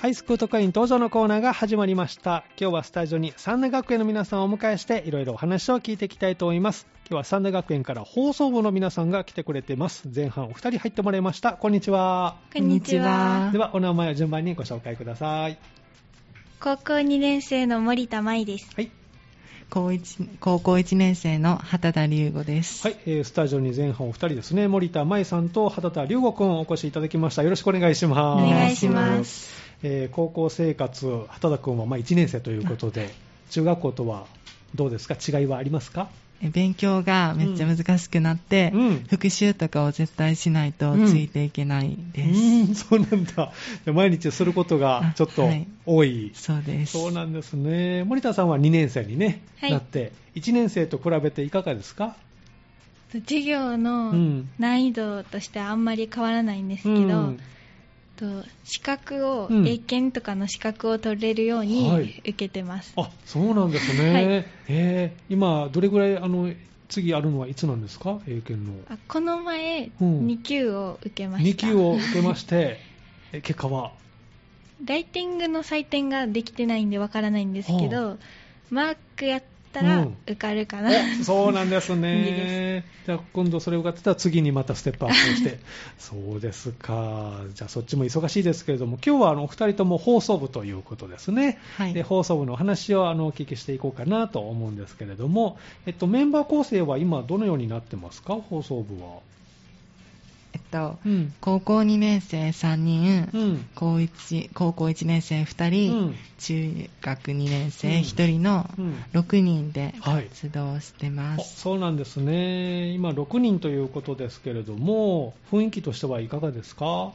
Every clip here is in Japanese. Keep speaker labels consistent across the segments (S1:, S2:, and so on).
S1: ハイスクート会員登場のコーナーが始まりました。今日はスタジオに三田学園の皆さんをお迎えして、いろいろお話を聞いていきたいと思います。今日は三田学園から放送部の皆さんが来てくれてます。前半お二人入ってもらいました。こんにちは。
S2: こんにちは
S1: で。は、お名前を順番にご紹介ください。
S2: 高校2年生の森田舞です。
S1: はい。
S3: 高一高校1年生の畑田龍吾です。
S1: はい、えースタジオに前半お二人ですね、森田舞さんと畑田龍吾くんお越しいただきました。よろしくお願いし
S2: お
S1: ます。
S2: 願いします。
S1: えー高校生活、畑田くんはまあ1年生ということで、中学校とはどうですか違いはありますか
S3: え勉強がめっちゃ難しくなって、
S1: うん
S3: 復習とかを絶対しないとついていけないです。
S1: うん、そうなんだ。毎日することがちょっと
S3: はい
S1: 多い。
S3: そうです。
S1: そうなんですね。森田さんは2年生に、ね
S2: はい
S1: なって、1年生と比べていかがですか
S2: 授業
S1: う
S2: の
S1: ん
S2: 難易度としてあんまり変わらないんですけど、
S1: うん
S2: と資格を、
S1: うん
S2: 英検とかの資格を取れるよう
S1: はい
S2: に受けてます。
S1: あそうなんですね、
S2: はい
S1: えー今、どれぐらいあの次あるのはいつなんですか、英検の
S2: あこの前、
S1: うん
S2: 2級を受けま
S1: 2
S2: した。
S1: 級を受けまして、え結果は、
S2: ライティングの採点ができてないんでわからないんですけ
S1: は
S2: ど、マークやったら
S1: うん
S2: 受かるかな。
S1: おそうなんです
S2: いい
S1: ね
S2: で、
S1: じゃあ今度それを受かってたら、次にまたステップアップをして、そうですか、じゃあそっちも忙しいですけれども、今日はあのお二人とも放送部ということですね。
S3: はい
S1: で放送部のお話をあのお聞きしていこうかなと思うんですけれども、えっと、メンバー構成は今、どのようになってますか、放送部は。
S3: えっと、
S1: うん
S3: 高校2年生3人、
S1: うん
S3: 高1高校1年生2人、
S1: うん
S3: 中学2年生
S1: うん
S3: 1人の
S1: うん
S3: 6人で
S1: はい
S3: 活動してま
S1: あ
S3: す。
S1: そうなんですね、今、6人ということですけれども、雰囲気としてはいかがですか、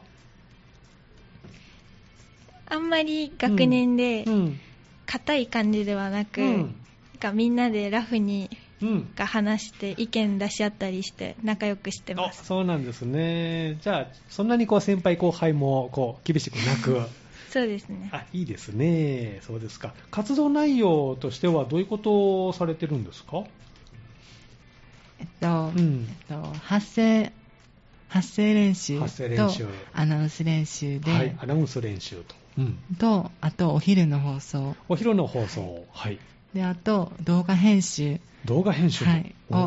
S2: あんまり学年で
S1: うん
S2: 硬い感じではなく、
S1: うん
S2: なんかみんなでラフに
S1: うん、
S2: が話して意見出し合ったりして仲良くしてま
S1: あ
S2: す
S1: そうなんですね、じゃあ、そんなにこう先輩、後輩もこう厳しくなく。
S2: そうですね
S1: あいいですね、そうですか活動内容としてはどういうことをされてるんですか、
S3: えっと、
S1: うん
S3: えっと発声発声練習
S1: 発声練習
S3: とアナウンス練習で、
S1: はい、アナウンス練習と、うん、
S3: とあとお昼の放送
S1: お昼の放送、はい、
S3: であと動画編集、
S1: 動画編集も、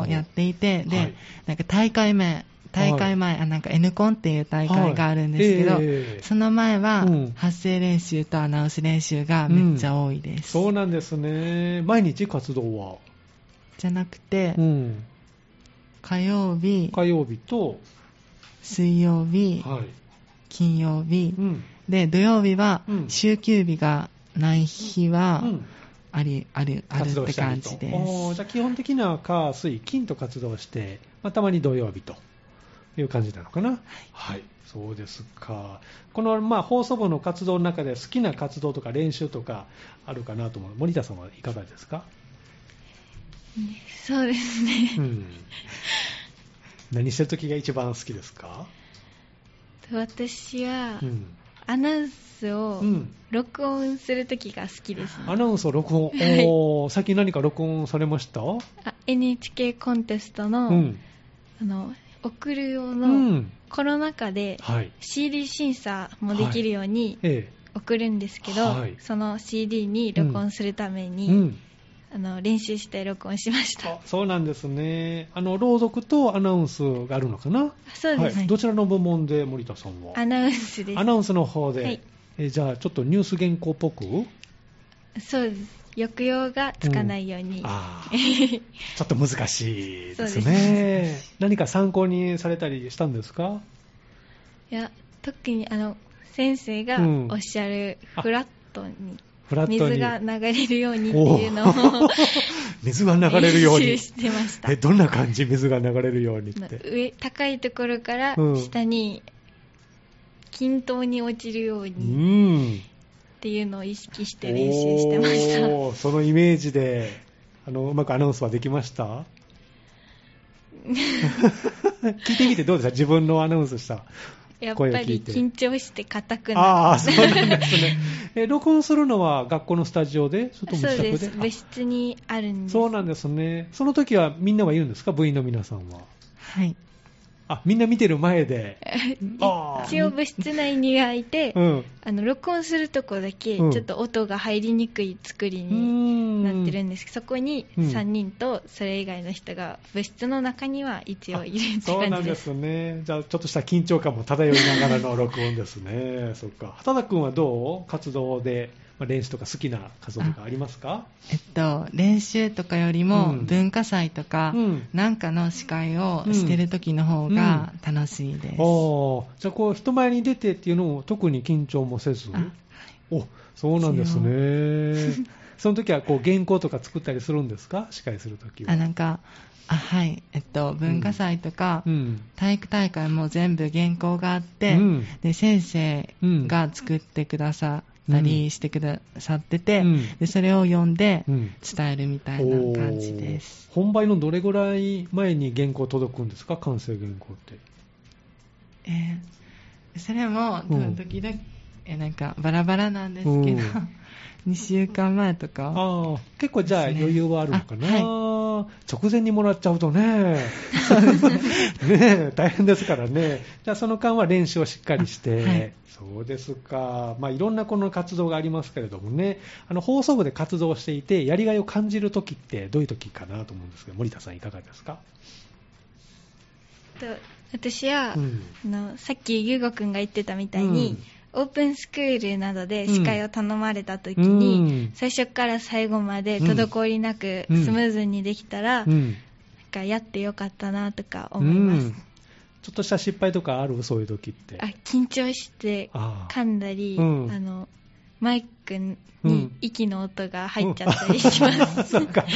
S3: はい、をやっていてで、
S1: はい
S3: なんか大会前大会前、あなんか N コンっていう大会があるんですけど、
S1: はいええ
S3: その前は
S1: うん
S3: 発声練習とアナウンス練習がめっちゃ多いです、
S1: そうなんですね、毎日活動は、
S3: じゃなくて、
S1: うん、
S3: 火曜日
S1: 火曜日と、
S3: 水曜日、
S1: はい
S3: 金曜日、
S1: うん
S3: で土曜日は
S1: うん
S3: 週休日がない日は
S1: うん
S3: あり、あるある
S1: 活
S3: っ
S1: 動
S3: て
S1: した
S3: 感
S1: りと
S3: じで
S1: おーじ
S3: す
S1: ゃあ基本的には火、水、金と活動して、まあ、たまに土曜日という感じなのかな、はい、そうですか、この、まあ、放送部の活動の中で好きな活動とか練習とかあるかなと思う、森田さんはいかがですか、
S2: そうですね、
S1: うん、 何してる時が一番好きですか、
S2: 私は
S1: うん
S2: アナウンスを
S1: うん
S2: 録音するときが好きですね、
S1: アナウンスを録 音、
S2: はい
S1: おー最近何か録音されましたう
S2: あ NHK コンテストの,、
S1: ん。
S2: あの送る用
S1: う
S2: の、
S1: ん。
S2: コロナ禍で
S1: はい。
S2: CD 審査もできるように
S1: え
S2: 送るんですけど、
S1: はい
S2: その CD に録音するため
S1: え。
S2: に、
S1: うん。
S2: あの練習して録音しました
S1: あそうなんですね。あの、朗読とアナウンスがあるのかな
S2: そうです、
S1: はい。どちらの部門で森田さんは
S2: アナウンスです
S1: アナウンスの方で。
S2: はい
S1: えじゃあ、ちょっとニュース原稿っぽく
S2: そうです抑揚がつかないように、
S1: ああ。ち ょっと難しいですね。何か参考にされたりしたんですか
S2: いや特にあの先生が
S1: うん
S2: おっしゃる
S1: あ
S2: フラットに、
S1: フラットに。
S2: 水が流れるようにっていうのを
S1: おー 水が流れるように
S2: 練習。してました
S1: え、どんな感じ水が流れるようにって。
S2: 上高いところから
S1: うん
S2: 下に均等に落ちるよう
S1: う
S2: に
S1: ん。
S2: っていうのを意識して練習してました
S1: おーそのイメージで、あの、うまくアナウンスはできました 聞いてみてどうでした自分のアナウンスした。
S2: やっぱ
S1: 声を聞い
S2: り
S1: て
S2: 緊張して硬くな
S1: ああ、そうなんですね。え、録音するのは学校のスタジオでそれと
S2: る
S1: も自
S2: そうで
S1: 宅
S2: す
S1: で
S2: 別室にあるん
S1: あ
S2: です
S1: そうなんですね。その時はみんなはいるんですか部員の皆さんは。
S3: はい
S1: あ、みんな見てる前で。あー
S2: 一応部室内にがいて、
S1: うん。
S2: あの録音するとこだけち
S1: う
S2: ょ
S1: ん
S2: っと音が入りにくい作りにな
S1: な
S2: ってるんですけど、そこに
S1: うん
S2: 3人とそれ以外の人が部室の中には一応い るって
S1: そうな
S2: 感
S1: ん
S2: じ
S1: で
S2: です。
S1: すね。じゃあ、ちょっとした緊張感も漂いながらの録音ですね。 そっか。畑田君はどう活動で、まあ、練習とか好きな活動とかありますか
S3: えっと、練習とかより
S1: う
S3: も
S1: ん
S3: 文化祭とか、
S1: うん
S3: なんかの司会をしてる時の方が楽しいです。
S1: おーじゃあ、こう、人前に出てっていうのも特に緊張もせず
S3: あはい。
S1: お、そうなんですね。 その時は、こう、原稿とか作ったりするんですか司会するときは。
S3: あなんかあはいえっと文化祭とか、
S1: うん。
S3: 体育大会も全部原稿があって、
S1: うん
S3: で先生が作ってくださった
S1: う
S3: りしてくださってて、
S1: うん
S3: でそれを読んで
S1: うん
S3: 伝えるみたいな感じです、
S1: おー本番のどれぐらい前に原稿届くんですか完成原稿って。
S3: えーそれも多
S1: うん
S3: 分時々、えなんかバラバラなんです けど、2週間前とか
S1: ああ、結構じゃあ
S3: ですね
S1: 余裕はあるのかな、
S3: あは
S1: 直前にもらっちゃうと ね、ねえ大変ですからね。じゃあその間は練習をしっかりして、
S3: あはい
S1: そうですか。まあいろんなこの活動がありますけれどもね、あの放送部で活動していて、やりがいを感じるときってどういうときかなと思うんですけど、森田さんいかがですか
S2: と私は、
S1: うん
S2: あのさっき優吾くんが言ってたみたいに、オープンスクールなどで司会を頼まれた時に、
S1: うん
S2: 最初から最後まで滞りなくス
S1: うん
S2: ムーズにできたら、
S1: う
S2: なん
S1: ん
S2: かやってよかったなとか思います、
S1: うんちょっとした失敗とかあるそういうときって。
S2: あ緊張して
S1: あー
S2: 噛んだり、
S1: うん
S2: あのマイク
S1: う
S2: に
S1: ん
S2: 息の音が入っちゃったり します、
S1: なんか、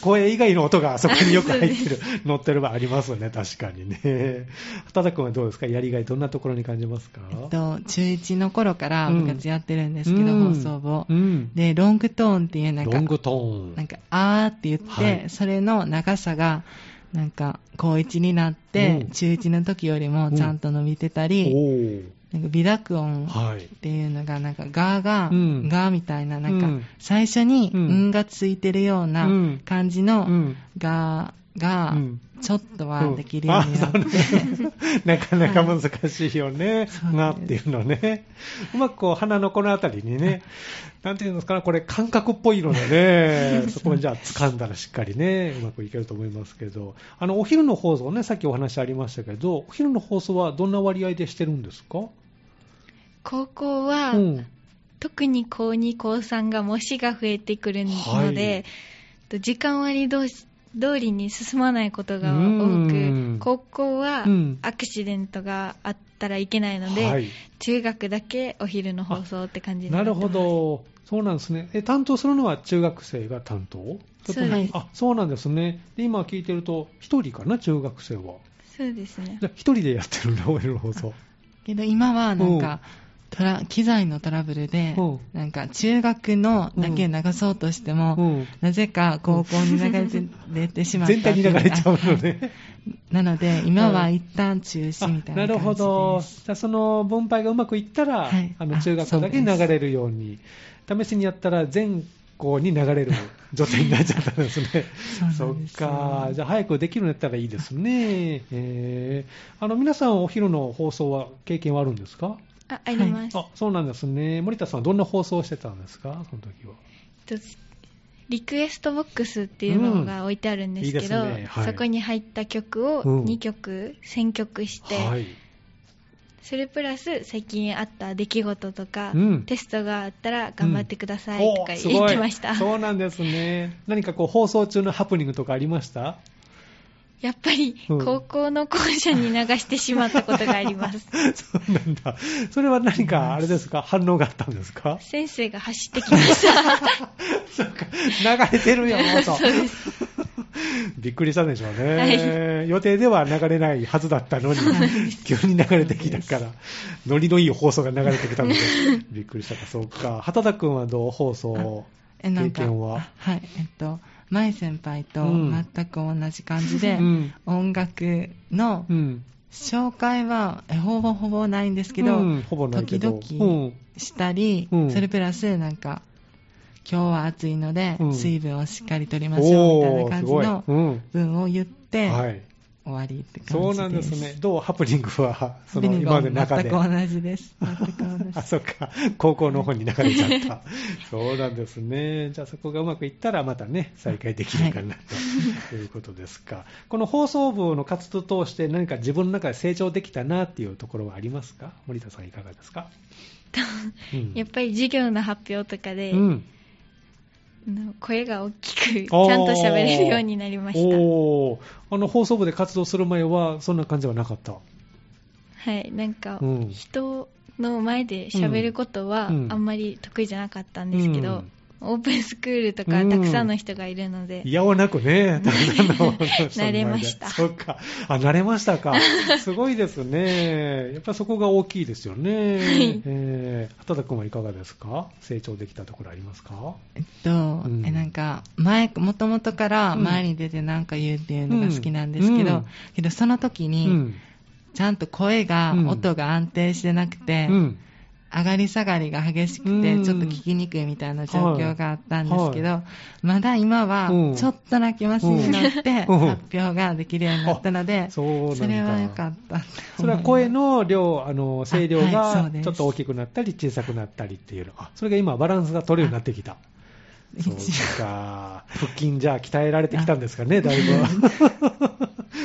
S1: 声以外の音があそこによく入ってる、乗ってる場合ありますよね、確かにね。畑君はどうですかやりがいどんなところに感じますか
S3: えっと中1の頃から部活やってるんですけど、
S1: うん
S3: 放送部を、
S1: うん。
S3: でロングトーンっていうなん
S1: ロ
S3: か
S1: ングトーン。
S3: なんか、あーって言って、
S1: はい
S3: それの長さが、なんか、高1になって、
S1: うん
S3: 中1の時よりもちゃんと伸びてた
S1: お
S3: り、
S1: ー
S3: なんか微濁音っ
S1: はい。
S3: ていうのが、なんか、ガーガー、
S1: うん
S3: ガーみたいな、な
S1: うんん
S3: か、最初に、
S1: うん
S3: うんがついてるような
S1: うん
S3: 感じの、
S1: うん
S3: ガーが、
S1: うん
S3: ちょっとはできるようになって、
S1: うんあ そうねなかなか難しいよね、
S3: はい
S1: なっていうのね。うまくこう鼻のこのあたりにね、なんていうんですかね、これ感覚っぽいので ね、そこをじゃあ掴んだらしっかりね、うまくいけると思いますけど、あの、お昼の放送ね、さっきお話ありましたけど、お昼の放送はどんな割合でしてるんですか
S2: 高校は、
S1: うん。
S2: 特に高2高3が模試が増えてくる
S1: は
S2: の
S1: い
S2: で、と時間割通し通りに進まないことが
S1: う
S2: 多
S1: ん
S2: く高校は
S1: うん
S2: アクシデントがあったらいけないので、
S1: はい
S2: 中学だけお昼の放送って感じにな
S1: な
S2: って
S1: る
S2: ます
S1: ほど。そうなんですね。え、担当するのは中学生が担当
S2: そうです
S1: あ、そうなんですね。で、今聞いてると、一人かな、中学生は。
S2: そうですね
S1: じゃあ一人でやってるんだ、俺の放送。
S3: けど今はなんか、トラ機材のトラブルで、
S1: うん
S3: なんか中学のだけ流そうとしても、
S1: うん
S3: なぜか高校に流れてしまった
S1: 全体に流れちゃうのね。
S3: なので今は一旦中止みたい
S1: あ
S3: な感
S1: る
S3: じです
S1: ほど。じゃあその分配がうまくいったら、
S3: はい
S1: あの
S3: あ。
S1: 中学だけ流れるように、試しにやったら全校に流れる状態になっちゃったんですね
S3: そうなんです
S1: そっ
S3: よ
S1: か。じゃあ早くできるようになったらいいですね。えー、あの、皆さんお昼の放送は経験はあるんですか
S2: ああります、
S1: あ、そうなんですね。森田さんはどんな放送をしてたんですかその時は。
S2: とリクエストボックスっていうのが置いてあるんですけど、
S1: うんいいですねはい
S2: そこに入った曲を
S1: うん
S2: 2曲選曲して、
S1: はい。
S2: それプラス最近あった出来事とか、
S1: うん
S2: テストがあったら頑張ってくださいとか
S1: おーす
S2: 言
S1: ご
S2: っ
S1: い
S2: てました、
S1: そうなんですね。何かこう放送中のハプニングとかありま した
S2: やっぱり
S1: うん
S2: 高校の校舎に流してしまったことがあります、
S1: そうなんだ。それは何か、あれですか反応があったんですか
S2: 先生が走ってきました
S1: そうか、流れてるよ、と。 びっくりしたんでしょうね、予定では流れないはずだったのに、急に流れてきたから、ノリのいい放送が流れてきた ので、びっくりしたか、そうか。畑田君はどう放送
S3: えなん
S1: 経
S3: か
S1: 験は
S3: あはいえっと舞先輩と
S1: うん
S3: 全く同じ感じで、
S1: うん
S3: 音楽の
S1: うん。
S3: 紹介はえほぼほぼないんですけど、
S1: うんほぼないけど
S3: 時々したり、
S1: うん
S3: それプラスなんか今日は暑いので、
S1: うん
S3: 水分をしっかりとりましょうみたいな感じ
S1: おー
S3: の
S1: すごいうん
S3: 文を言って、
S1: はい。
S3: 終わりって感じです。
S1: そうなんですね。どうハプニングは、そ
S3: ハ
S1: の
S3: プニング
S1: 今
S3: は
S1: までの中で。
S3: 全く同じです。全く 同じ
S1: あ、そっか。高校の方に流れちゃった。そうなんですね。じゃあそこがうまくいったらまたね、再開できるかな、ということですか。この放送部の活動を通して何か自分の中で成長できたなっていうところはありますか森田さんいかがですか、うん
S2: やっぱり授業の発表とかで、
S1: うん
S2: あの声が大きく、ちゃん
S1: おー
S2: と喋れるようになりました。
S1: おーあの放送部で活動する前はそんな感じはなかった。
S2: はい、なんか、
S1: うん
S2: 人の前で喋ることはあ
S1: うん
S2: んまり得意じゃなかったんですけ
S1: う
S2: ど、
S1: ん
S2: オープンスクールとかたくさんの人がいるので、
S1: いやわなくね、慣
S2: 慣れました
S1: そっか、あ、慣れましたか。すごいですね。やっぱそこが大きいですよね。
S2: い
S1: えー、畑君はいかがですか成長できたところありますか
S3: えっと、
S1: うん
S3: えなんか前もともとから前に出てなんか言うっていうのが好きなんですけど、
S1: うん
S3: けどその時
S1: う
S3: に、
S1: ん。
S3: ちゃんと声が、
S1: うん
S3: 音が安定してなくて、
S1: うん。
S3: 上がり下がりが激しくて、
S1: うん
S3: ちょっと聞きにくいみたいな状況があったんですけど、
S1: は
S3: まだ今は
S1: うん
S3: ちょっとだけマシになって、
S1: うん
S3: 発表ができるようになったので、
S1: そうなんだ。
S3: それは良かったって思います
S1: それは声の量、あの声量
S3: あはいそ
S1: が
S3: うです
S1: ちょっと大きくなったり小さくなったりっていうの、あそれが今、バランスが取れるようになってきた。
S3: 一
S1: そ
S3: 応
S1: うか、腹筋じゃあ鍛えられてきたんですかね、だいぶ。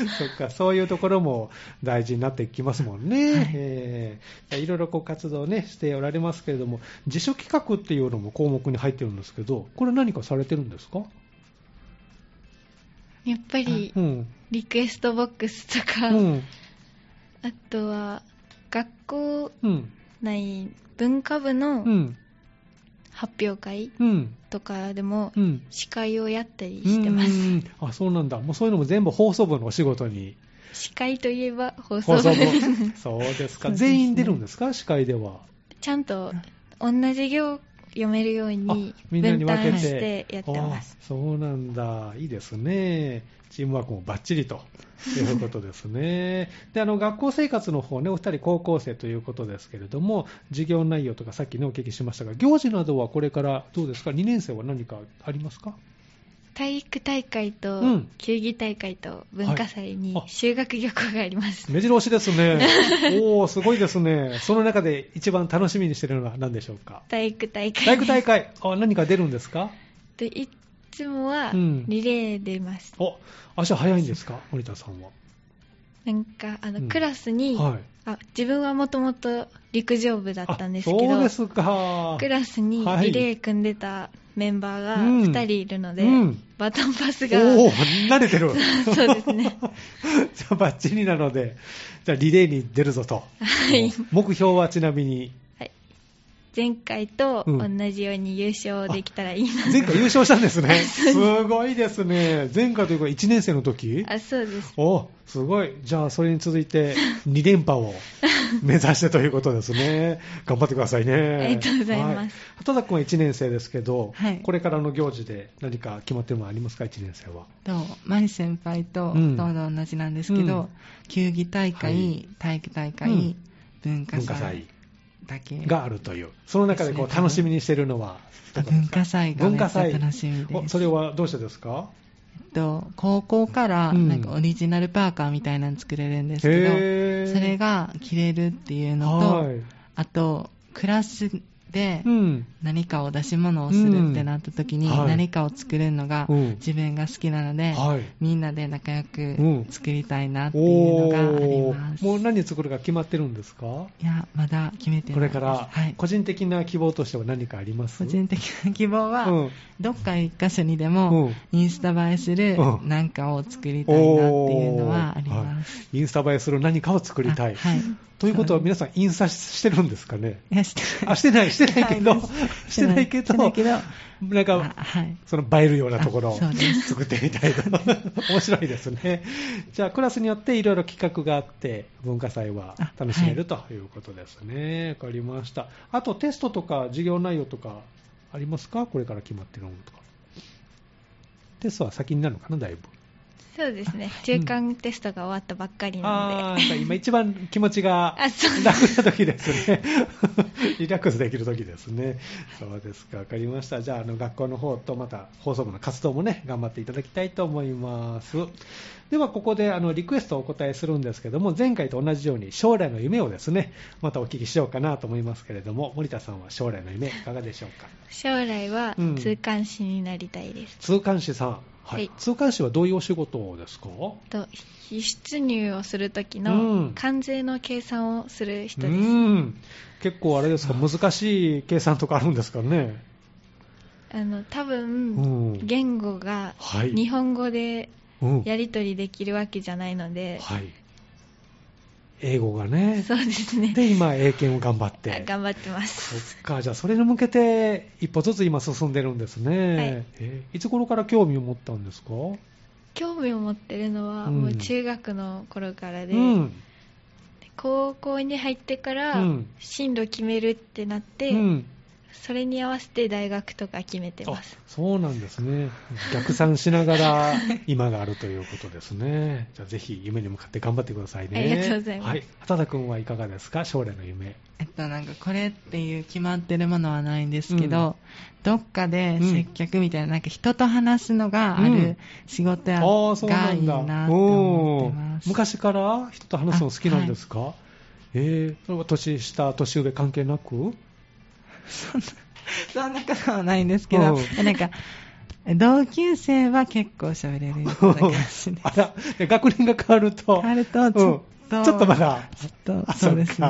S1: そっか、そういうところも大事になってきますもんね。
S3: はい
S1: いえーいろいろこう活動ね、しておられますけれども、自主企画っていうのも項目に入ってるんですけど、これ何かされてるんですか
S2: やっぱり
S1: うん。
S2: リクエストボックスと
S1: う
S2: か、
S1: ん。
S2: あとは学校
S1: うん。
S2: 内文化部の
S1: うん。
S2: 発表会
S1: うん。
S2: とかでも
S1: うん。
S2: 司会をやったりしてま
S1: う
S2: す、
S1: んあ、そうなんだ。もうそういうのも全部放送部のお仕事に。
S2: 司会といえば放
S1: 放
S2: 送部
S1: 送部。そうですか。
S3: そうですね
S1: 全員出るんですか司会では。
S2: ちゃんと同じ行読めるよう
S1: あ
S2: に
S1: みんな
S2: 分
S1: に分け
S2: 担
S1: て
S2: してやってます。
S1: あそうなんだ。いいですね。チームワークもバッチリと。いうことです ね。で、あの、学校生活の方ね、お二人高校生ということですけれども、授業内容とかさっきね、お聞きしましたが、行事などはこれからどうですか ?2 年生は何かありますか
S2: 体育大会と
S1: うん
S2: 球技大会と文化祭に
S1: はいあ
S2: 修学旅行があります、
S1: 目白押しです ね。おー、すごいですね。その中で一番楽しみにしてるのは何でしょうか
S2: 体育大会
S1: 体育大会、あ何か出るんですか
S2: でいつもは
S1: うん
S2: リレー出ます、
S1: お、足早いんですか森田さんは。
S2: なんかあの、
S1: うん
S2: クラスに、
S1: はい。
S2: あ自分はもともと陸上部だったんですけ
S1: あ
S2: ど
S1: そうですか。
S2: クラスに
S1: はい
S2: リレー組んでたメンバーが
S1: うん
S2: 2人いるので、
S1: うん
S2: バトンパスが
S1: おお、慣れて る。
S2: そうですね。
S1: じゃあ、バッチリなので、じゃあ、リレーに出るぞと。
S2: はい
S1: 目標はちなみに、
S2: 前回と
S1: う
S2: 同
S1: ん
S2: じように優勝できたらいいな、
S1: 前回優勝したん ですね。すごいですね。前回というか、1年生の時
S2: あそうです
S1: おすごい。じゃあ、それに続い て、2連覇を目指してということですね。頑張ってくださいね。
S2: ありがとうございます
S1: は畑田君は1年生ですけど、
S3: はい
S1: これからの行事で何か決まってるものありますか、1年生は。
S3: と、マリ先輩と、
S1: うん
S3: どうど同じなんですけ
S1: う
S3: ど、
S1: ん
S3: 球技大会、
S1: はい
S3: 体育大会、
S1: うん
S3: 文化
S1: 文化
S3: 祭
S1: 祭
S3: だけ。
S1: があるという。その中でこ
S3: そう
S1: う
S3: ですね
S1: 楽しみにしてるのは、
S3: あ文化祭が
S1: 文
S3: めっ
S1: 化
S3: ちゃ
S1: 祭
S3: 楽しみで
S1: お
S3: す。
S1: そ
S3: え
S1: れはどうしてですか
S3: っと、高校から
S1: うん
S3: なんかオリジナルパーカーみたいなの作れるんですけ
S1: へ
S3: ど、
S1: ー
S3: それが着れるっていうの
S1: は
S3: と、あと、クラスで
S1: い。うん。
S3: 何かを出し物をするってなった時に、
S1: うんはい
S3: 何かを作るのが
S1: うん
S3: 自分が好きなので、
S1: はい。
S3: みんなで仲良く
S1: うん
S3: 作りたいなっていうの
S1: お
S3: がありま
S1: ー
S3: す。
S1: もう何作るか決まってるんですか
S3: いや、まだ決めてない
S1: これから
S3: はい、。
S1: 個人的な希望としては何かあります
S3: 個人的な希望は、
S1: うん
S3: どっか一箇所にで
S1: う
S3: も
S1: ん、
S3: インスタ映えする
S1: うん
S3: なんかを作りたいなっていうのはあります。
S1: おーはいインスタ映えする何かを作りたい。
S3: あはい。
S1: ということは
S3: そうで
S1: 皆さんインスタしてるんですかね
S3: いや、してな
S1: あ、
S3: い。
S1: してない、してないけど、し
S3: してて
S1: な
S3: ない
S1: いけど、
S3: してないけど
S1: なんか
S3: あ、はい。
S1: その映えるようなところを
S3: あそうです
S1: 作ってみたいと。 面白いですね。じゃあ、クラスによっていろいろ企画があって、文化祭は
S3: あ
S1: 楽しめるということですね。わ、かりました。あと、テストとか授業内容とかありますかこれから決まってるものとか。テストは先になるのかな、だいぶ。
S2: そうですね。中間テストが終わったばっかり
S1: あ
S2: なの
S1: あ、
S2: で。
S1: じゃあ今一番気持ち が
S2: あ そう
S1: 楽な時ですね。 リラックスできる時ですね。そうですか、わかりました。じゃあ、あの、学校の方とまた放送部の活動もね、頑張っていただきたいと思います。では、ここで、あの、リクエストをお答えするんですけども、前回と同じように将来の夢をですね、またお聞きしようかなと思いますけれども、森田さんは将来の夢いかがでしょうか
S2: 将来は
S1: うん
S2: 通関士になりたいです。
S1: 通関士さん。
S2: はい
S1: 通関士はどういうお仕事ですか
S2: と輸出入をする時
S1: う
S2: の
S1: ん
S2: 関税の計算をする人
S1: う
S2: です。
S1: ん結構あれですか、難しい計算とかあるんですかね。
S2: あの多
S1: うん
S2: 分言語が
S1: はい
S2: 日本語で
S1: うん。
S2: やり取りできるわけじゃないので、
S1: はい。英語がね。
S2: そうですね。
S1: で、今、英検を頑張って。
S2: あ頑張ってま
S1: そ
S2: す。
S1: っか、じゃあ、それに向けて、一歩ずつ今進んでるんですね。
S2: はい
S1: えーいつ頃から興味を持ったんですか
S2: 興味を持ってるのは、
S1: うん
S2: もう中学の頃からで、
S1: うん。
S2: 高校に入ってから
S1: うん
S2: 進路決めるってなって、
S1: うん。
S2: それに合わせて大学とか決めてます
S1: あそうなんですね。逆算しなが ら今があるということですね。じゃあぜひ夢に向かって頑張ってくださいね。
S2: ありがとうございます
S1: はい。畑田君はいかがですか将来の夢。
S3: えっと、なんかこれっていう決まってるものはないんですけど、どっかで接客みたいな、なんか人と話すのがあ
S1: うん
S3: る仕事や、
S1: ああ、そうな
S3: がい
S1: ん
S3: い
S1: だ。
S3: なって思って
S1: うん
S3: ます。
S1: 昔から人と話すの好きなんですか、えー、それは年下、年上関係なく
S3: そんなことはないんですけ
S1: う
S3: ど
S1: ん、
S3: えなんか、同級生は結構喋れるような感じで
S1: 。あら、え学年が変わると。
S3: あると、ちょっと、
S1: うんちょっとまだ。
S3: ちょっと、
S1: あ
S3: そうですね。
S1: そ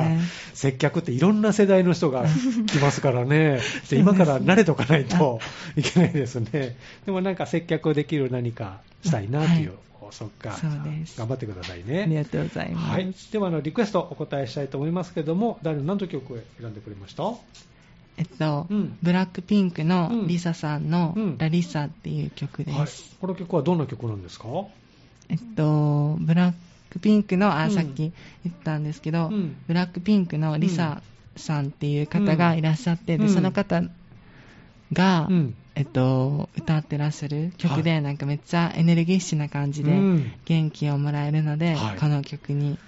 S1: っか接客っていろんな世代の人が来ますから ね。で今から慣れとかないといけないですね。でもなんか接客できる何かしたいなという。おそっか。
S3: そうです
S1: 頑張ってください
S3: あり
S1: ね。
S3: がとうございます。
S1: はい。では、あの、リクエストお答えしたいと思いますけども、誰の何の曲を選んでくれました
S3: えっと、
S1: うん
S3: ブラックピンクの
S1: うん
S3: リサさんの
S1: うん
S3: ラリサっていう曲です。
S1: はい、この曲はどんな曲なんですか
S3: えっと、ブラックピンクの、あ、
S1: うん
S3: さっき言ったんですけど、
S1: うん
S3: ブラックピンクのリサさんっていう方がいらっしゃって、
S1: うん
S3: でその方が、
S1: うん
S3: えっと、歌ってらっしゃる曲
S1: は
S3: で、なんかめっちゃエネルギッシュな感じで
S1: うん
S3: 元気をもらえるので、
S1: はい
S3: この曲に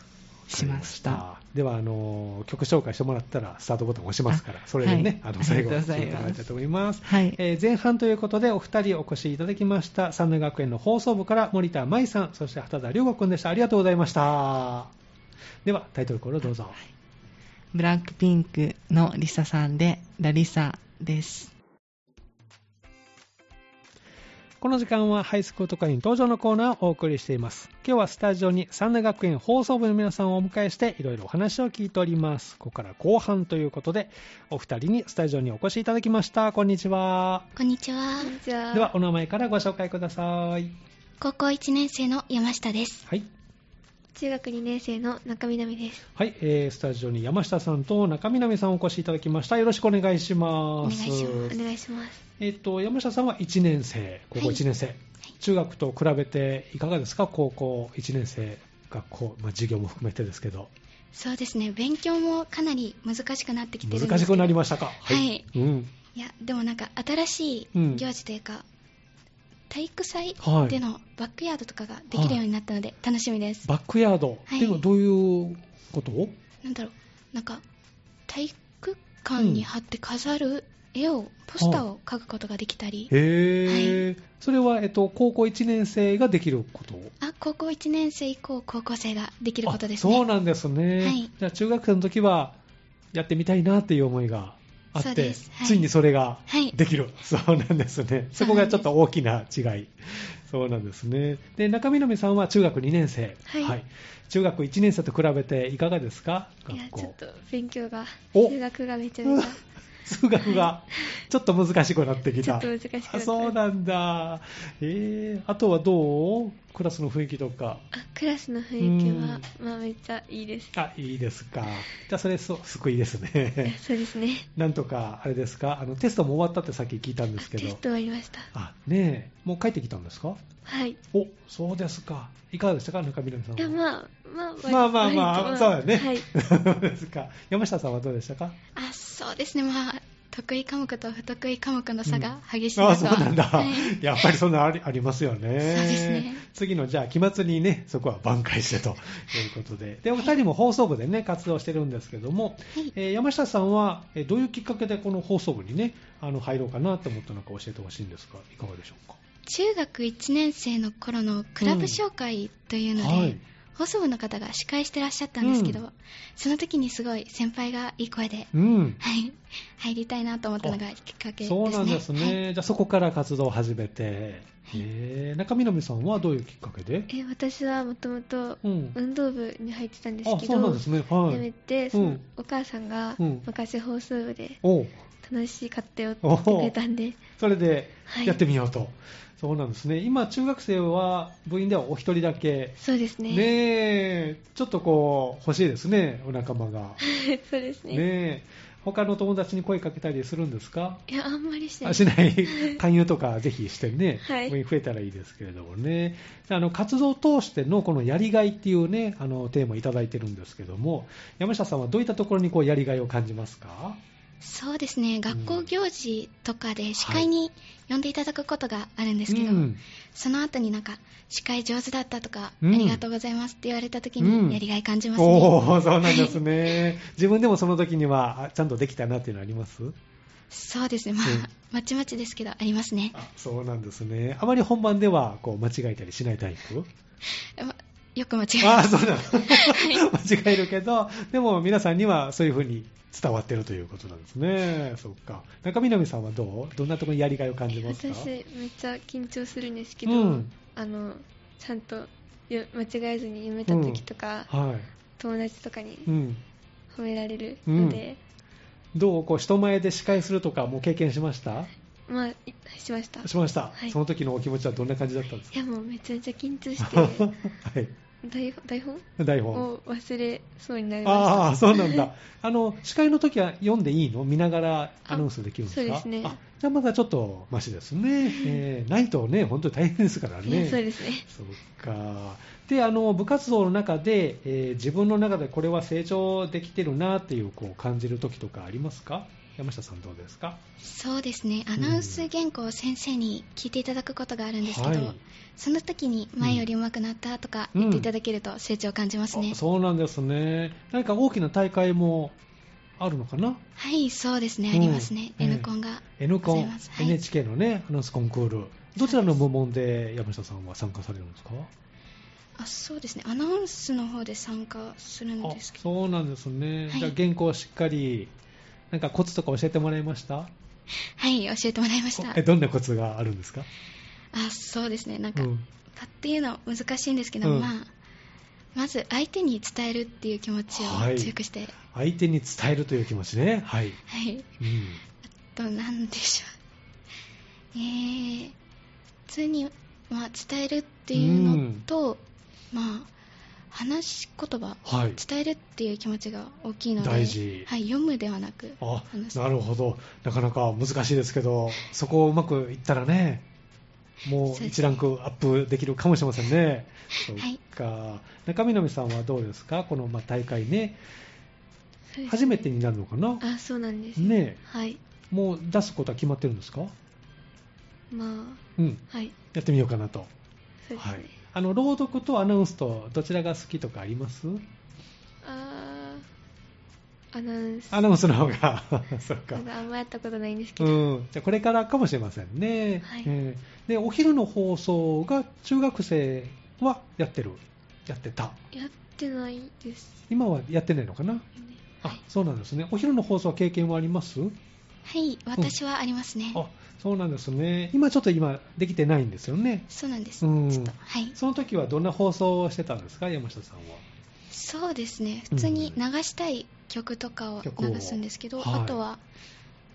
S3: しました。
S1: わかりましたではあの曲紹介してもらったらスタートボタンを押しますから
S3: あ
S1: それでね、
S3: は
S1: あ
S3: い
S1: の最後
S3: ありがとう
S1: 聞
S3: ござい
S1: いても
S3: ます
S1: らいたいと思います、
S3: はい
S1: えー前半ということでお二人お越しいただきました三名学園の放送部から森田舞さんそして畑田良吾君でしたありがとうございましたではタイトルコールをどうぞ、
S3: ブラックピンクのリサさんで、ラリサです。
S1: この時間はハイスクート会員登場のコーナーをお送りしています。今日はスタジオに三大学園放送部の皆さんをお迎えしていろいろお話を聞いております。ここから後半ということで、お二人にスタジオにお越しいただきました。こんにちは。
S4: こんにちは。
S2: じゃあ
S1: では、お名前からご紹介ください。
S4: 高校1年生の山下です。
S1: はい。
S4: 中学2年生の中南です。
S1: はい、えー、スタジオに山下さんと中南さんをお越しいただきました。よろしくお願いし
S4: お
S1: ま
S4: 願い
S1: す。
S4: します。お願いします。
S1: えっ、と、山下さんは1年生、高校
S4: はい
S1: 1年生。中学と比べていかがですか高校1年生、学校、まあ、授業も含めてですけど。
S4: そうですね。勉強もかなり難しくなってきてるんですけど。
S1: 難しくなりましたか。
S4: はい。
S1: うん。
S4: いや、でもなんか新し
S1: うん
S4: い行事というか、体育祭
S1: はい
S4: でのバックヤードとかができるようになったので楽しみです。
S1: バックヤード。
S4: はい
S1: でもどういうこと
S4: なんだろう。なんか体育館に貼って飾る絵を、ポスターを描くことができたり、
S1: へー。それは、えっと、高校1年生ができること
S4: あ、高校1年生以降高校生ができることです
S1: あ
S4: ね。
S1: そうなんですね。
S4: はい
S1: じゃあ、中学生の時は、やってみたいなっていう思いがあ
S4: そ
S1: っ
S4: う
S1: て、
S4: ですはい
S1: ついにそれが
S4: はい
S1: できる。 そうなんですね。そこがちょっと大きな違い。そうなんですね。で、中南さんは中学2年生。
S4: はい
S1: 中学1年生と比べていかがですか
S5: いや
S1: 学校。
S5: ちょっと勉強が
S1: お
S5: 数学がめちゃ めちゃ
S1: 数学がちょっと難しくなってきた。
S5: ちょっと難しくなった
S1: あそうなんだ。えー、あとはどうクラスの雰囲気とか。
S5: あクラスの雰囲気は
S1: う
S5: まあめっちゃいいです。
S1: あ、いいですか。じゃあ、それ、そう、救いですね
S5: そうですね
S1: なんとか、あれですか、あの、テストも終わったってさっき聞いたん
S5: あ
S1: ですけ
S5: テ
S1: ど。
S5: スト終わりました
S1: あ、ねえ、もう帰ってきたんですか
S5: はい
S1: お、そうですか。いかがでしたか、中南さん
S5: いや
S1: は。
S5: まあまあ割と
S1: まあまあまあ、
S5: 割と
S1: そうだよね。
S5: はい
S1: そうですか。山下さんはどうでしたか
S4: あそうですね、まあ、得意科目と不得意科目の差が激しい
S1: ああ
S4: で
S1: そ
S4: す
S1: う
S4: わ
S1: なんだ、
S4: はい
S1: やっぱりそんなありありますよね
S4: そうですね
S1: 次のじゃあ期末にねそこは挽回してということででお二人も放送部でね活動してるんですけども、
S4: はい
S1: えー山下さんはえーどういうきっかけでこの放送部にねあの入ろうかなと思ったのか教えてほしいんですがいかがでしょうか
S4: 中学1年生の頃のクラブ紹介というので、
S1: はい
S4: 放送部の方が司会してらっしゃったんですけど、
S1: うん
S4: その時にすごい先輩がいい声で、
S1: うん
S4: はい、入りたいなと思ったのがきっかけですね。
S1: そうなんです
S4: はい
S1: ね、じゃあそこから活動を始めて、えー中南さんはどういうきっかけで、
S5: え私はもともと
S1: うん、
S5: 運動部に入ってたんです
S1: あ
S5: け
S1: そうなん
S5: ど
S1: ですね、は
S5: やめ
S1: い、
S5: てそのお母さんが
S1: うん
S5: 昔放送部で
S1: おう
S5: 楽しかったよって言ってくれたんで
S1: それで
S5: はい
S1: やってみようと、そうなんですね、今、中学生は部員ではお一人だけ、
S5: そうですね
S1: ねえちょっとこう、欲しいですね、お仲間が、
S5: そうですね
S1: ねえ他の友達に声かけたりするんですか
S5: いやあんまりしてな
S1: あ
S5: い
S1: しな い、勧誘とかぜひしてね、
S5: はい
S1: 増えたらいいですけれどもね、あの活動を通してのこのやりがいっていうね、あのテーマをいただいてるんですけども、山下さんはどういったところにこうやりがいを感じますか
S4: そうですね、学校行事とかで司会に呼んでいただくことがあるんですけど、
S1: うん
S4: その後になんか、司会上手だったとか、
S1: うん
S4: ありがとうございますって言われた時
S1: うん
S4: に、やりがい感じますね。
S1: おお、そうなんですね。自分でもその時には、あちゃんとできたなっていうのあります
S4: そうですね、まあ、
S1: うん
S4: まちまちですけど、ありますね。
S1: あそうなんですね。あまり本番ではこう間違えたりしないタイプ
S4: まよく間違
S1: あ
S4: えま
S1: あ、
S4: す。
S1: そうなの。 間違えるけど、でも皆さんにはそういうふうに伝わってるということなんですね。そっか。中南さんはどうどんなところにやりがいを感じますか
S5: 私めっちゃ緊張するんですけど、
S1: うん
S5: あのちゃんとよ間違えずに読めた時とか、
S1: は
S5: 友達とかに
S1: い。うん。
S5: 褒められるので、
S1: どうこう人前で司会するとかもう経験しました
S5: まあいしま したい
S1: しました、
S5: はい
S1: その時のお気持ちはどんな感じだったんですか
S5: やもうめちゃめちゃ緊張 して
S1: はい。
S5: 台本台本
S1: 台本。
S5: を忘れそうになり
S1: あ
S5: ま
S1: あ、そうなんだ。あの、司会の時は読んでいいの見ながらアナウンスできるんですか
S5: あそうですね
S1: あ、じゃあまだちょっとマシですね。えー、ないとね、本当に大変ですから
S5: した、いや
S1: ね。
S5: そうですね
S1: そうか。で、あの、部活動の中で、えー自分の中でこれは成長できてるなっていう、こう、感じる時とかありますか山下さんどうですか
S4: そうですね、アナウンス原稿を先生に聞いていただくことがあるんですけど、
S1: はい
S4: その時に前より上手くなったとか言っていただけると成長を感じますね。
S1: あそうなんですね。何か大きな大会もあるのかな
S4: はい、そうですね、ありますね、
S1: うん
S4: N コンが。
S1: N コ
S4: ござい
S1: ン
S4: ます、はい
S1: NHK のね、アナウンスコンクール。どちらの部門で山下さんは参加されるんですか
S4: あそうですね、アナウンスの方で参加するん
S1: あ
S4: ですけど、
S1: そうなんですね、
S4: はい
S1: じゃあ原稿をしっかりなんかコツとか教えてもらいました
S4: はい、教えてもらいました。
S1: えどんなコツがあるんですか
S4: あそうですね、なんか、
S1: うん
S4: パッていうのは難しいんですけど、
S1: うん
S4: まあ、まず相手に伝えるっていう気持ち
S1: はい
S4: を強くして、はい、
S1: 相手に伝えるという気持ちねはい、うん、
S4: あと、なんでしょう、えー、普通に、まあ、伝えるっていうのと、まあ、話し言葉、
S1: はい
S4: 伝えるっていう気持ちが大きいので、
S1: 大事
S4: はい、読むではなく、
S1: あ
S4: 話す
S1: なるほどなかなか難しいですけどそこをうまくいったらねも
S4: そう
S1: う
S4: です
S1: 一ランクアップできるかもしれませんね。そ
S4: はい
S1: っか。中南さんはどうですかこのまあ大会ね。
S5: そうです
S1: 初めてになるのかな
S5: あそうなんです、
S1: ね
S5: はい
S1: えもう出すことは決まってるんですか
S5: ま
S1: うん。
S5: あはい
S1: やってみようかなと。
S5: そうですね、
S1: はい、あの朗読とアナウンスとどちらが好きとかあります
S5: あーアナウンス
S1: アナウンスの方が そうか
S5: なんかあんまやったことないんですけ
S1: う
S5: ど、
S1: ん、じゃあこれからかもしれませんね、
S5: はい
S1: えーでお昼の放送が中学生はやってるやってた
S5: やってないです
S1: 今はやってないのか
S5: よ
S1: な
S5: ね
S1: あそうなんですねお昼の放送は経験はあります
S4: はい、私はありますね。
S1: あそうなんですね今ちょっと今できてないんですよね
S4: そうなんです、
S1: うん
S4: ちょっと、はい。
S1: その時はどんな放送をしてたんですか山下さんは
S4: そうですね普通に流したい曲とかを
S1: 曲を
S4: 流すんですけど、
S1: はい
S4: あとは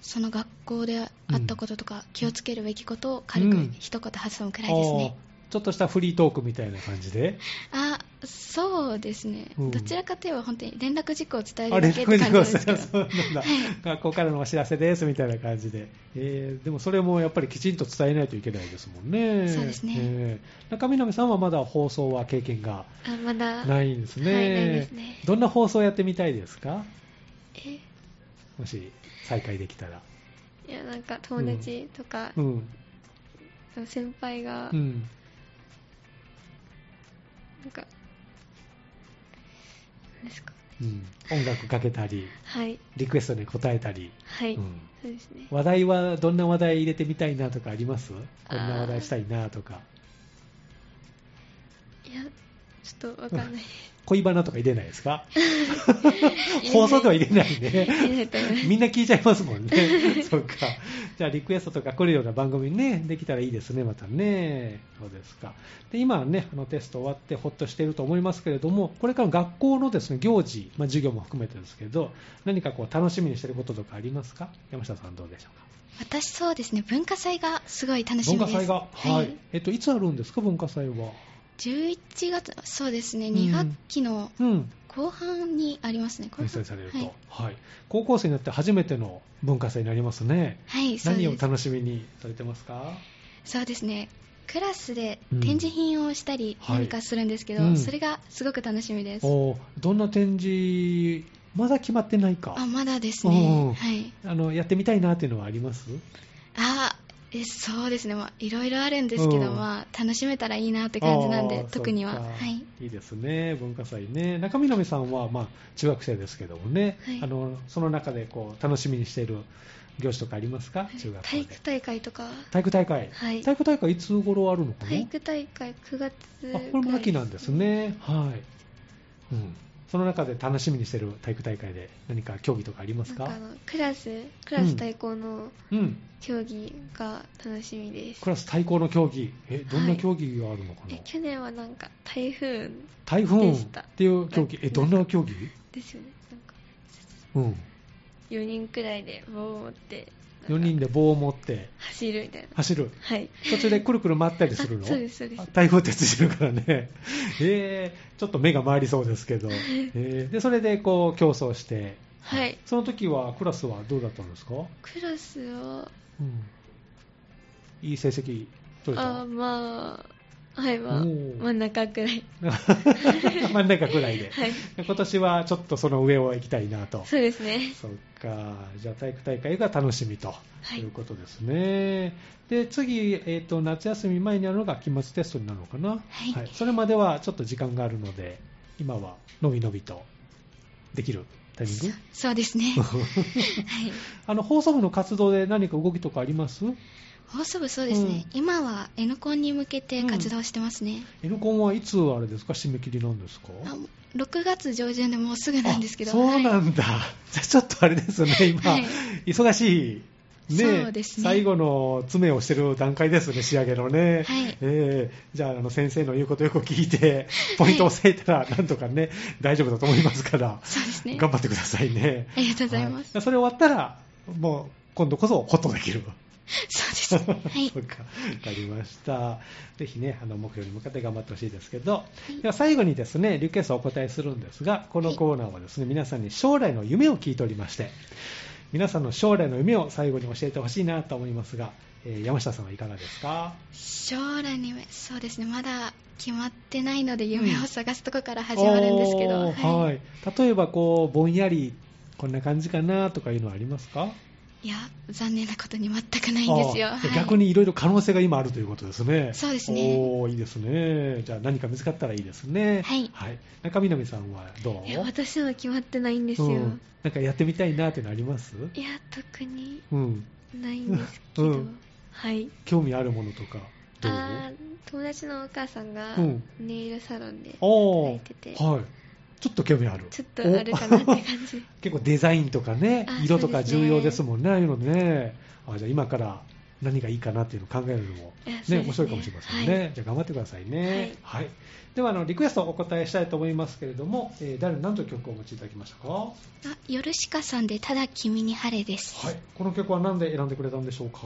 S4: その学校であったこととか、気をつけるべきことを軽く
S1: うん
S4: 一言挟むくらいですね、
S1: あーちょっとしたフリートークみたいな感じで
S4: あそうですね、
S1: うん
S4: どちらかといえば本当に連絡事項を伝え
S1: あれ
S4: るだけって感じなんですけど
S1: そう なんだ学校からのお知らせですみたいな感じで、えーでもそれもやっぱりきちんと伝えないといけないですもんね
S4: そうですね
S1: えー中南さんはまだ放送は経験が
S5: あまだ
S1: ないんですね,、
S5: はいないですね
S1: どんな放送をやってみたいですか
S5: え
S1: もし再開できたら
S5: いやなんか友達とか、
S1: うん。
S5: その先輩が、
S1: うん。
S5: なんかなんですか
S1: うん。音楽かけたり、
S5: はい
S1: リクエストに答えたり。
S5: はい、
S1: うん
S5: そうですね
S1: 話題は、どんな話題入れてみたいなとかありますこんな話題したいなとか。
S5: いやちょっとわかんないです
S1: 恋バナとか入れないですか放送では入れないね。
S5: 入れないと思います
S1: みんな聞いちゃいますもんね。そっか。じゃあ、リクエストとか来るような番組にね、できたらいいですね、またね。そうですか。で、今はね、あのテスト終わってほっとしていると思いますけれども、これからの学校のですね、行事、まあ、授業も含めてですけど、何かこう、楽しみにしていることとかありますか山下さんどうでしょうか
S4: 私そうですね文化祭がすごい楽しみ
S1: 文化
S4: です
S1: 祭が。
S4: は
S1: はいい。えっと、いつあるんですか、文化祭は。
S4: 11月そうですね
S1: うん
S4: 2学期の
S1: うん。
S4: 後半にありますね、こ
S1: 開
S4: れ
S1: 催されると、
S4: は
S1: はい
S4: い、
S1: 高校生になって初めての文化祭になりますね、
S4: はいそう
S1: 何を
S4: です
S1: 楽しみにされてますか
S4: そうですねクラスで
S1: うん
S4: 展示品をしたり
S1: はい
S4: 何かするんですけど、
S1: うん
S4: それがすごく楽しみです、
S1: おーどんな展示まだ決まってないか
S4: あまだです
S1: うん
S4: ね、はい、
S1: あのやってみたいなっていうのはあります
S4: あえそうですね、まあ、いろいろあるんですけど、
S1: うん
S4: まあ、楽しめたらいいなって感じなん
S1: あ
S4: で
S1: ー
S4: 特には、
S1: そっ
S4: は
S1: か
S4: い、
S1: いいですね文化祭ね中南さんは、まあ、中学生ですけどもね、
S5: はい
S1: あのその中でこう楽しみにしている行事とかありますか中学校
S5: 体
S1: で
S5: 育大会とか
S1: 体育大会、
S5: はい
S1: 体育大会いつ頃あるのかな
S5: 体育大会9月
S1: あこれも秋なんですね、はいうん、その中で楽しみにしてる体育大会で何か競技とかあります
S5: なん
S1: か
S5: かあのクラスクラス対抗の
S1: うん、
S5: 競技が楽しみです、
S1: クラス対抗の競技えどんな競技があるのかな、
S5: え去年はなんか台風
S1: 台風
S5: で
S1: っ
S5: した
S1: ていう競技えどんな競技、
S5: ですよねなんか
S1: うん、
S5: 4人くらいで棒を持ってなんか
S1: 4人で棒を持って
S5: 走るみたいな
S1: 走る
S5: はい
S1: 途中でくるくる回ったりする の
S5: あそうですそうです
S1: あ台風ってついてるからね、 えー、ちょっと目が回りそうです けど、えーでそれでこう競争して、
S5: はい
S1: その時はクラスはどうだったんですか
S5: クラスは
S1: うんいい成績
S5: あ
S1: 取れた
S5: ーまあはいまあ
S1: おー
S5: 真ん中くらい
S1: 真ん中くらいで、
S5: はい
S1: 今年はちょっとその上を行きたいなと
S5: そうですね
S1: そっかじゃあ体育大会が楽しみと
S5: い
S1: いうことですね、で次、えーと夏休み前にあるのが期末テストになるのかな、
S4: はい
S1: それまではちょっと時間があるので今はのびのびとできるタイミング
S4: そうですね、はい、
S1: あの放送部の活動で何か動きとかあります
S4: 放送部そうですね、今は N コンに向けて活動してますね、
S1: N コンはいつあれですか締め切りなんですか
S4: あ6月上旬でもうすぐなんですけど
S1: あそう
S4: はい
S1: なんだ、 じゃあちょっとあれです ね、今、
S4: はい
S1: 忙しい、ね
S4: そうですね
S1: 最後の詰めをしてる段階ですね、仕上げのね、
S4: はい
S1: えーじゃああの先生の言うことよく聞いて、ポイントを押さえたら、なんとかね、大丈夫だと思いますから、
S4: そうですね
S1: 頑張ってくださいね。
S4: ありがとうございます、
S1: はそれ終わったら、もう今度こそホッとできる。
S4: そうですねはい
S1: そうか、わかりました。ぜひね、あの目標に向かって頑張ってほしいですけど、では最後にですね、リクエストをお答えするんですが、このコーナーはですね、皆さんに将来の夢を聞いておりまして、皆さんの将来の夢を最後に教えてほしいなと思いますが、えー山下さんはいかがですか
S4: 将来にそうですねまだ決まってないので夢を探すとこから始まるんですけど、
S1: おーはい、例えばこうぼんやりこんな感じかなとかいうのはありますか
S4: い、いや残念なことに全くないんですよ、
S1: あ
S4: はい、
S1: 逆にいろいろ可能性が今あるということですね。
S4: そうですね
S1: おーいいですね。じゃあ何か見つかったらいいですね。
S4: はい
S1: 中南さんはどう
S5: いや私は決まってないんですよ、
S1: うんなんかやってみたいなっていうのあります
S5: いや特に
S1: うん。
S5: ないんですけど、
S1: うん
S5: はい
S1: 興味あるものとか。どう
S5: あー友達のお母さんが
S1: うん
S5: ネイルサロンで
S1: お
S5: 働いてて、
S1: ーはい。ちょっと興味ある。
S5: ちょっとあるかなって感じ
S1: 結構デザインとかね
S5: あ、
S1: 色と
S5: そ
S1: か
S5: うですね
S1: 重要ですもんね、ああいうのね。あじゃあ今から何がいいかなっていうのを考えるのも、
S5: いやそうで
S1: ね
S5: すね
S1: 面白いかもしれませんね。じゃあ頑張ってくださいね。はい。ではあの、リクエストお答えしたいと思いますけれども、えー誰の何という曲をお持ちいただきましたかは
S4: あヨルシカさんでただ君に晴れです、
S1: い。この曲は何で選んでくれたんでしょうか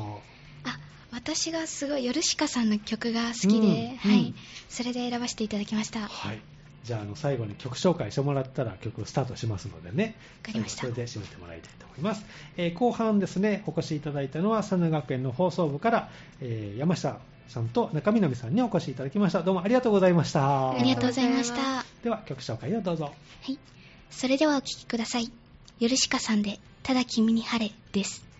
S4: あ私がすごいヨルシカさんの曲が好
S1: う
S4: きで、
S1: ん
S4: はい
S1: うん
S4: それで選ばせていただきました
S1: はい。じゃあ、あの、最後に曲紹介してもらったら曲をスタートしますのでね。
S4: わかりました
S1: 最後それで締めてもらいたいと思います。えー後半ですね、お越しいただいたのは、佐奈学園の放送部から、えー山下さんと中南さんにお越しいただきました。どうもありがとうございました。
S5: あ
S4: ありがとうございまし
S5: ありがとうござい
S4: た
S1: では、曲紹介をどうぞ。
S4: はい。それではお聴きください。ヨルシカさんで、ただ君に晴れです。